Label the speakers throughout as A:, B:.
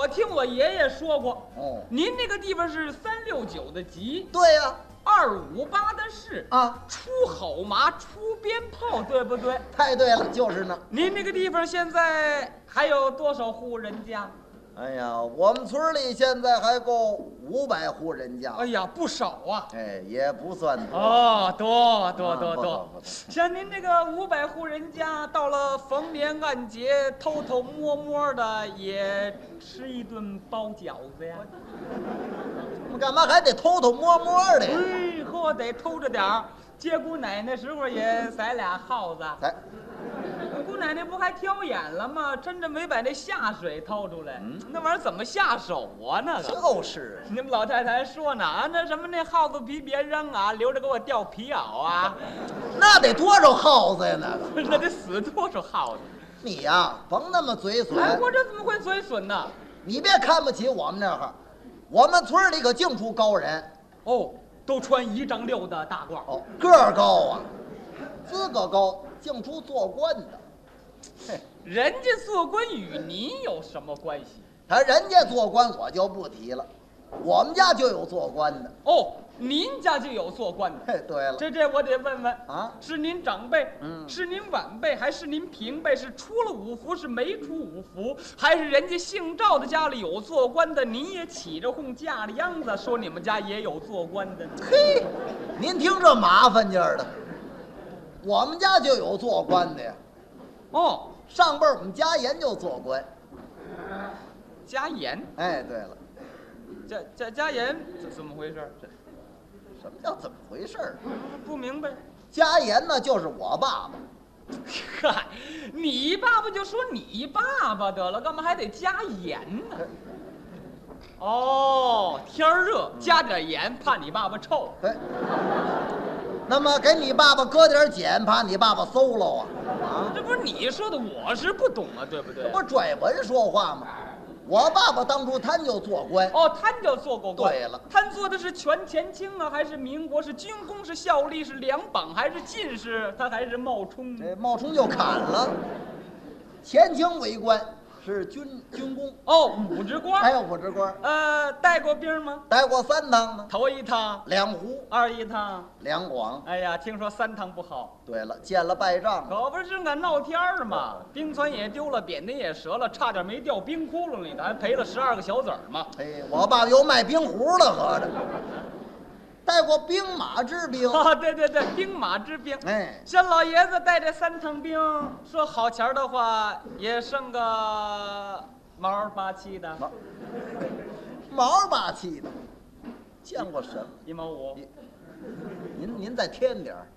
A: 我爷爷说过，
B: 哦，
A: 您那个地方是三六九的集，
B: 对呀、
A: 二五八的市，
B: 啊，
A: 出好麻，出鞭炮，对不对？
B: 太对了，就是呢。
A: 您那个地方现在还有多少户人家？
B: 哎呀，我们村里现在还够五百户人家，
A: 哎呀，不少啊！
B: 哎，也不算多。
A: 哦，多多多
B: 啊不错
A: 多
B: 不，错
A: 像您这个五百户人家，到了逢年按节，偷偷摸摸的也吃一顿包饺子呀。
B: 我们干嘛还得偷偷摸摸的呀？
A: 哎呵，得偷着点儿。接姑奶奶时候也宰俩耗 子，
B: 哎，
A: 姑奶奶不还挑眼了吗？真的没把那下水掏出来，
B: 嗯
A: 那玩意儿怎么下手啊？那个。
B: 就是
A: 你们老太太还说呢啊，那什么那耗子皮别扔啊，留着给我掉皮袄 啊，
B: 那得多少耗子呀？那个
A: 那得死多少耗子！
B: 你呀、甭那么嘴损。
A: 哎，我这怎么会嘴损呢？
B: 你别看不起我们这儿，我们村里可净出高人
A: 哦，都穿一丈六的大褂儿，
B: 哦，个儿高啊，资格高，净出做官的。嘿，
A: 人家做官与你有什么关系？
B: 他人家做官我就不提了，我们家就有做官的。
A: 哦，您家就有做官的，
B: 嘿，对了，
A: 这这我得问问
B: 啊
A: 是您长辈，
B: 嗯
A: 是您晚辈，还是您平辈？是出了五福，是没出五福，还是人家姓赵的家里有做官的，您也起着哄架着秧子说你们家也有做官的？
B: 嘿，您听这麻烦劲儿的，我们家就有做官的呀。
A: 哦，
B: 上辈儿我们家人就做官。
A: 家盐，
B: 哎，对了，
A: 家家家盐怎怎么回事儿？这
B: 什么叫怎么回事儿？
A: 不明白。
B: 家言呢，就是我爸爸。
A: 嗨，你爸爸就说你爸爸得了，干嘛还得加盐呢？哦，天儿热，加点盐，怕你爸爸臭。
B: 哎，那么给你爸爸搁点碱，怕你爸爸馊喽啊？啊，
A: 这不是你说的，我是不懂啊，对不对
B: 这？不拽文说话吗？我爸爸当初他就做官，
A: 哦，贪就做过官。
B: 对了
A: 贪做的是权钱清啊，还是民国？是军功？是效力？是两榜？还是进士？他还是冒充？
B: 这冒充就砍了。前清为官是军军哎功，
A: 哦，武职官。
B: 还有武职官，
A: 呃，带过兵吗？
B: 待过三趟呢，
A: 头一趟，
B: 两湖
A: 二一趟。
B: 两广。
A: 哎呀，听说三趟不好。
B: 对了，见了败仗了，
A: 可不是俺闹天儿嘛，冰船也丢了，扁担也折了，差点没掉冰窟窿里头，还赔了十二个小子儿 嘛。
B: 哎，我爸爸又卖冰壶了，合着。带过兵马之兵，
A: 啊，对对对，兵马之兵。
B: 哎，
A: 像老爷子带这三趟兵，说好钱儿的话，也剩个毛儿八七的，
B: 毛毛霸气的，见过什么？
A: 一毛五，
B: 一您您再添点儿，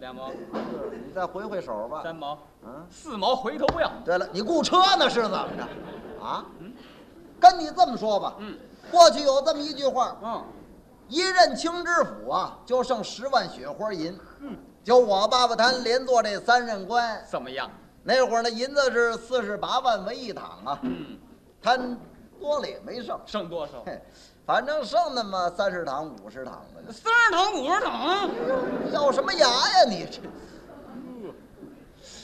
A: 两毛，
B: 你再回回手吧。
A: 三毛，
B: 嗯，
A: 四毛回头不要。
B: 对了，你雇车呢是怎么着？啊
A: 嗯？
B: 跟你这么说吧，
A: 嗯
B: 过去有这么一句话，
A: 嗯，
B: 一任清知府啊，就剩十万雪花银。
A: 嗯，
B: 就我爸爸他连做这三任官，
A: 怎么样？
B: 那会儿呢银子是四十八万为一躺啊，
A: 嗯，
B: 贪多了也没剩，
A: 剩多少？
B: 嘿，反正剩那么三十躺五十躺的呢。
A: 四十桶，五十桶。
B: 咬什么牙呀你这？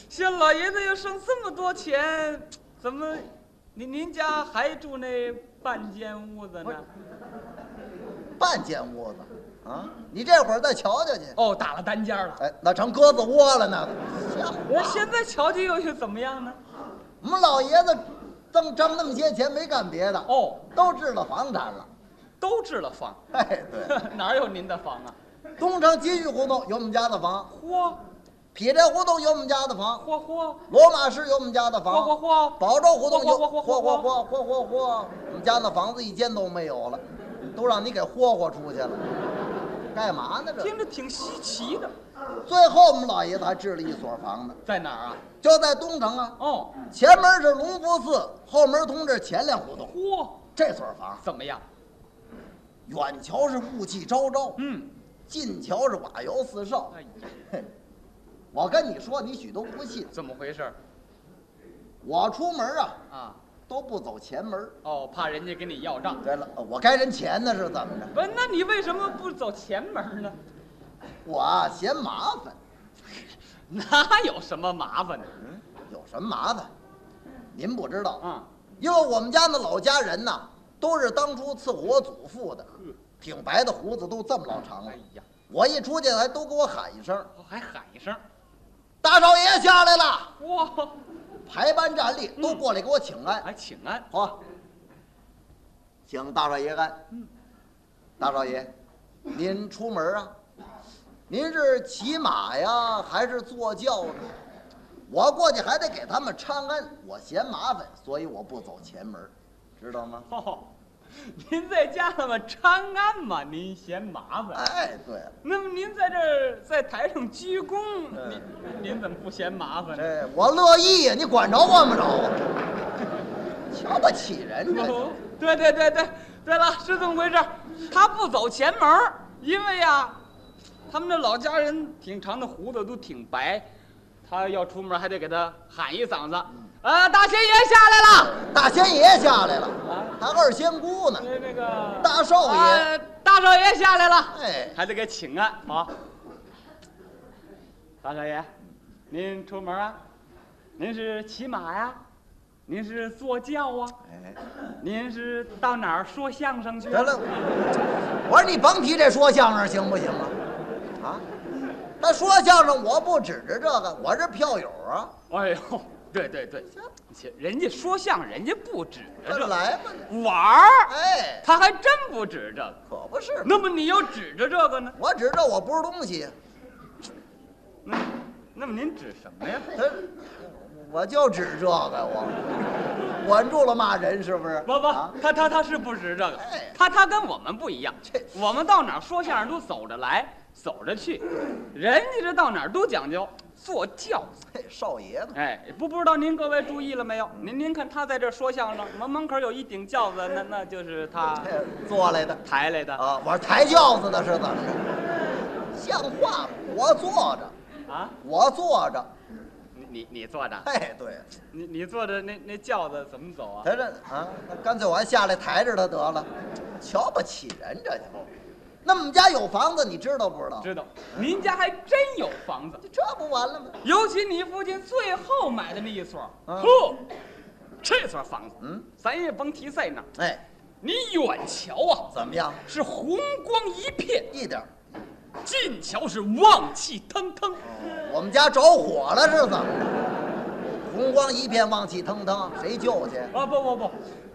A: 像老爷子又剩这么多钱，怎么您您家还住那半间屋子呢？
B: 半间窝子啊！你这会儿再瞧瞧去。
A: 哦，打了单间了。
B: 哎，那成鸽子窝了呢。像
A: 那
B: 话
A: 现在瞧瞧又又怎么样呢？
B: 我们老爷子挣挣那么些钱没干别的，
A: 哦，
B: 都置了房产了。
A: 都置了房，
B: 哎，对，
A: 哪有您的房啊？
B: 东城金玉胡同有我们家的房，
A: 嚯
B: 匹这胡同有我们家的房，
A: 嚯嚯
B: 罗马市有我们家的
A: 嚯
B: 房，
A: 嚯嚯！
B: 保州胡同有
A: 嚯嚯嚯
B: 嚯嚯嚯嚯嚯，我们家那房子一间都没有了，都让你给霍霍出去了。干嘛呢这？
A: 听着挺稀奇的，
B: 最后我们老爷子还置了一所房呢，
A: 在哪儿啊？
B: 就在东城啊。
A: 哦，
B: 前门是隆福寺，后门通着前粮胡同。
A: 嚯，
B: 这所房，
A: 怎么样？
B: 远瞧是雾气昭昭，
A: 嗯，
B: 近瞧是瓦窑四少。
A: 哎呀，
B: 嘿我跟你说，你许都不信。
A: 怎么回事儿
B: 我出门啊，
A: 啊？
B: 都不走前门。
A: 哦，怕人家跟你要账。
B: 对了，呃我该人钱呢，是怎么着？
A: 不是，那你为什么不走前门呢？
B: 我啊嫌麻烦，
A: 哪有什么麻烦的？
B: 有什么麻烦？您不知道，
A: 啊，
B: 因为我们家那老家人呐，都是当初伺候我祖父的，挺白的胡子都这么老长了
A: 哎。呀，
B: 我一出去还都给我喊一声
A: 我还喊一声，
B: “大少爷下来了
A: 哇，”，
B: 排班站立都过来给我请安。
A: 还请安。
B: 好，请大少爷安。
A: 嗯，
B: 大少爷，您出门啊？您是骑马呀，还是坐轿呢？我过去还得给他们搀安，我嫌麻烦，所以我不走前门，知道吗？
A: 哦，您在家了吗？长安嘛，您嫌麻烦。
B: 哎，对了，
A: 那么您在这儿在台上鞠躬，
B: 嗯
A: 您您怎么不嫌麻烦呢？
B: 这我乐意呀，你管着管不着啊？瞧不起人这
A: 哦，对对对对，对了，是这么回事儿。他不走前门儿，因为呀，他们这老家人挺长的胡子都挺白，他要出门还得给他喊一嗓子，呃，大仙爷下来了。
B: 大仙爷下来了，
A: 啊
B: 还二仙姑呢，
A: 那那个
B: 哎大少爷
A: 呃大少爷下来了。
B: 哎，
A: 还得给请安好。大少爷，您出门啊？您是骑马呀？您是坐轿啊？
B: 哎，
A: 您是到哪儿说相声去、啊
B: 得了，我说你甭提这说相声行不行啊？啊，他说相声我不指着这个，我是票友啊，
A: 哎呦，对对对，人家说相声，人家不指着
B: 这
A: 这
B: 来吧，
A: 玩儿，
B: 哎，
A: 他还真不指着这个。
B: 可不是嘛，
A: 那么你要指着这个呢？
B: 我指着我不是东西，
A: 那那么您指什么呀？
B: 他，我就指这个我，管住了骂人是不是？
A: 不不
B: 啊，
A: 他他他是不值这个
B: 哎，
A: 他他跟我们不一样
B: 这，
A: 我们到哪儿说相声都走着来，走着去，人家这到哪儿都讲究坐轿。
B: 嘿少爷嘛，
A: 哎，不不知道您各位注意了没有？您您看他在这儿说相声，门门口有一顶轿子，那那就是他
B: 嘿坐来的。
A: 抬来的
B: 啊，我是抬轿子的是怎么着？像话吗？我坐着，
A: 啊。
B: 我坐着。
A: 你你你坐着，
B: 哎，对，
A: 你你坐着那那轿子怎么走啊？
B: 他这啊，那干脆我还下来抬着他得了，瞧不起人这就。那我们家有房子，你知道不知道？
A: 知道，您家还真有房子，
B: 这不完了吗？
A: 尤其你父亲最后买的那一所，
B: 啊
A: 呵，这所房子，
B: 嗯，
A: 咱也甭提在哪儿。
B: 哎，
A: 你远瞧啊，
B: 怎么样？
A: 是红光一片；
B: 一点儿。
A: 近瞧是望气腾腾。
B: 我们家着火了是怎么着？红光一片，望气腾腾，谁救去？
A: 啊，不不不，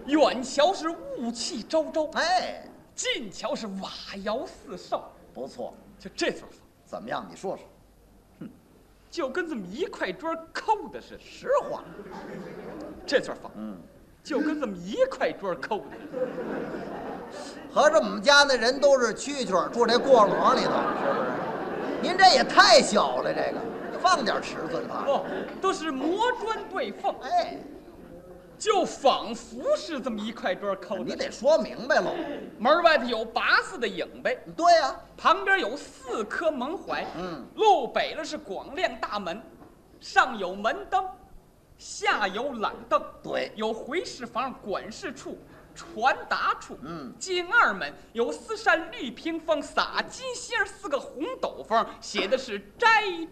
A: 远瞧是雾气昭昭，
B: 哎，
A: 近瞧是瓦窑四少。
B: 不错，
A: 就这所房，
B: 怎么样？你说说，
A: 就跟这么一块砖抠的似的；
B: 实话。
A: 这所房
B: 嗯，
A: 就跟这么一块砖抠的。
B: 合着我们家那人都是蛐蛐儿住这过笼里头，是不是？您这也太小了，这个放点尺寸吧。
A: 不，哦都是磨砖对缝，
B: 哎，
A: 就仿佛是这么一块砖抠
B: 你
A: 的。
B: 得说明白喽。
A: 门外头有八字的影呗，
B: 对呀、
A: 旁边有四颗门槐，
B: 嗯，
A: 路北了是广亮大门，上有门灯，下有懒凳，
B: 对
A: 有回事房、管事处、传达处，
B: 嗯
A: 进二门有四扇绿屏风，撒金星儿四个红斗方，写的是斋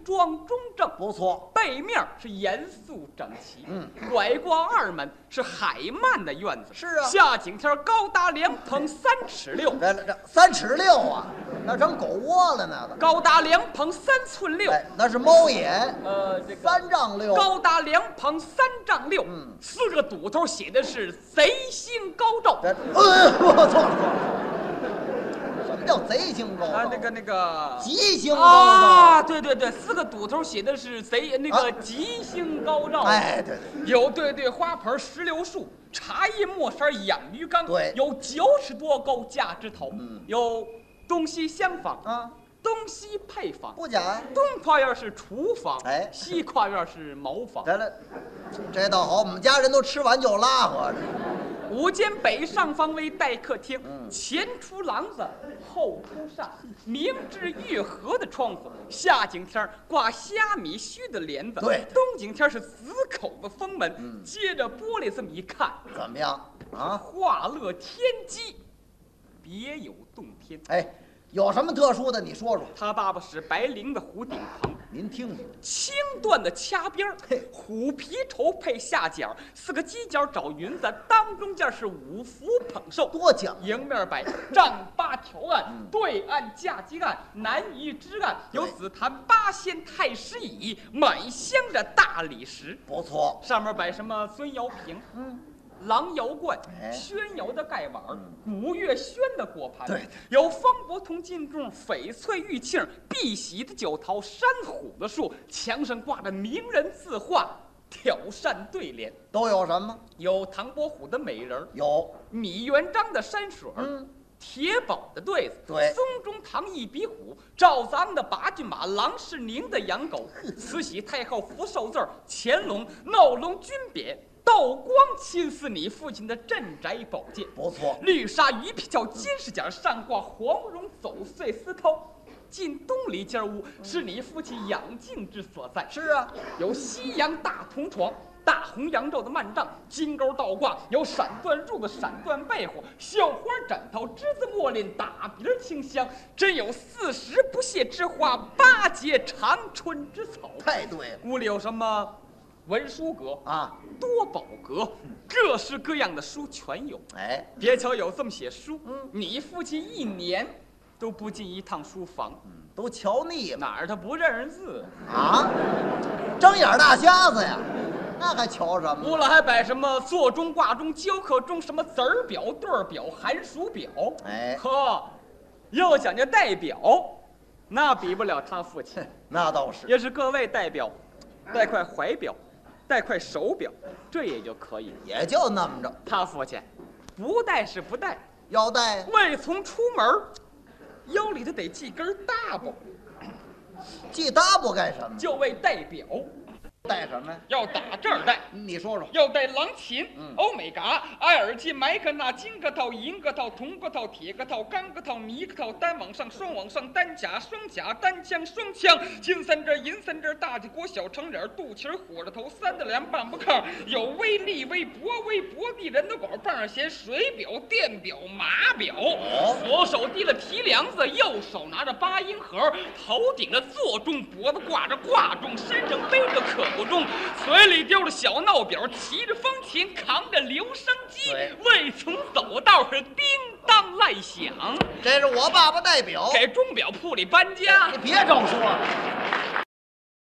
A: 庄中正。
B: 不错。
A: 背面是严肃整齐，
B: 嗯，
A: 拐过二门是海曼的院子，
B: 是啊
A: 夏景天高达两捧三尺六，
B: 这这三尺六啊，那成狗窝了呢。
A: 高达两捧三寸六，
B: 哎，那是猫眼，
A: 呃，这个
B: 三丈六。
A: 高达两旁三丈六，
B: 嗯
A: 四个堵头写的是贼星高照。
B: 这，呃，我错了错了。什么叫贼星高照？
A: 啊，那个那个
B: 吉星高
A: 啊，
B: 照。
A: 对对对，四个堵头写的是贼那个
B: 啊
A: 吉星高照。
B: 哎，对对，
A: 有对对花盆、石榴树、茶叶、墨山、养鱼缸，
B: 对
A: 有九尺多高架枝头，
B: 嗯
A: 有东西厢房，
B: 啊，
A: 东西配房，
B: 不假呀。
A: 东跨院是厨房，
B: 哎
A: 西跨院是茅房，
B: 得了，这倒好，我们家人都吃完就拉合着。
A: 午间北上方为待客厅，
B: 嗯
A: 前出廊子，后出扇，明至玉河的窗户。夏景天儿挂虾米须的帘子，
B: 对嗯
A: 冬景天儿是紫口的封门，接着玻璃这么一看，
B: 怎么样啊？
A: 化乐天机，别有洞天。
B: 哎，有什么特殊的？你说说，
A: 他爸爸是白绫的湖顶棚，
B: 您听听，
A: 青缎的掐边儿
B: 嘿，
A: 虎皮绸配下角，四个犄角找云子，当中间是五福捧寿，
B: 多讲究
A: 迎面摆丈八条案，对岸架几案，南夷之案，
B: 嗯对
A: 有紫檀八仙太师椅，满镶着大理石，
B: 不错。
A: 上面摆什么孙瑶平。郎窑罐
B: 嗯哎、
A: 宣窑的盖碗儿
B: 嗯、
A: 古月轩的果盘，
B: 对对
A: 有方伯同进仲、翡翠玉磬儿、碧玺的酒桃、山虎的树，墙上挂着名人字画，挑扇对联，
B: 都有什么？
A: 有唐伯虎的美人儿，
B: 有，
A: 米元璋的山水儿，
B: 嗯，
A: 铁宝的对子，
B: 对
A: 松中堂一比虎，赵子昂的八骏马，郎世宁的养狗，慈禧太后福寿字儿，乾隆闹龙军匾，道光亲赐你父亲的镇宅宝剑，
B: 不错。
A: 绿纱鱼皮鞘，金饰甲上挂黄绒走碎丝绦。进东篱间屋是你父亲养静之所在，
B: 是啊，
A: 有西洋大铜床、大红洋轴的幔帐、金钩倒挂，有闪缎褥子、闪缎被子、绣花枕头、栀子墨林、打鼻儿清香，真有四时不谢之花，八节长春之草。
B: 太对了
A: 屋里有什么文书阁、
B: 啊！
A: 多宝阁，
B: 嗯
A: 各式各样的书全有。
B: 哎，
A: 别瞧有这么些书，
B: 嗯
A: 你父亲一年都不进一趟书房，
B: 嗯都瞧腻了
A: 哪儿他不认识字？
B: 啊！睁眼大瞎子呀，那还瞧什么？
A: 屋里还摆什么座钟、挂钟、教课钟，什么子儿表、对儿表、寒暑表。
B: 哎，
A: 呵，要讲究代表，那比不了他父亲。
B: 那倒是。
A: 要是各位代表，带块怀表，带块手表，这也就可以。
B: 也就那么着。
A: 他父亲不带是不带，
B: 腰带
A: 为从出门儿，腰里头得系根大包，
B: 系搭不干什么？
A: 就为代表，
B: 带什么呀？
A: 要打这儿带。
B: 你说说。
A: 要带狼琴、
B: 嗯
A: 欧美嘎、埃尔金、麦克纳、金个套、银个套、铜个套、铁个套、钢个套、泥个套、单往上、双往上、单甲、双甲、单枪、双枪、金三针、银三针、大鸡锅、小长脸、肚脐儿、火着头、三的梁、半不炕，有威力、微博、微博地、人头管、棒儿弦、水表、电表、码表。左手提了皮梁子，右手拿着八音盒，头顶着座钟，脖子挂着挂钟，身上背着可不钟，嘴里叼着小闹表，骑着风琴，扛着留声机
B: 对，
A: 未曾走道是叮当乱响，
B: 哦这是我爸爸代表。
A: 给钟表铺里搬家
B: 你。别整说了，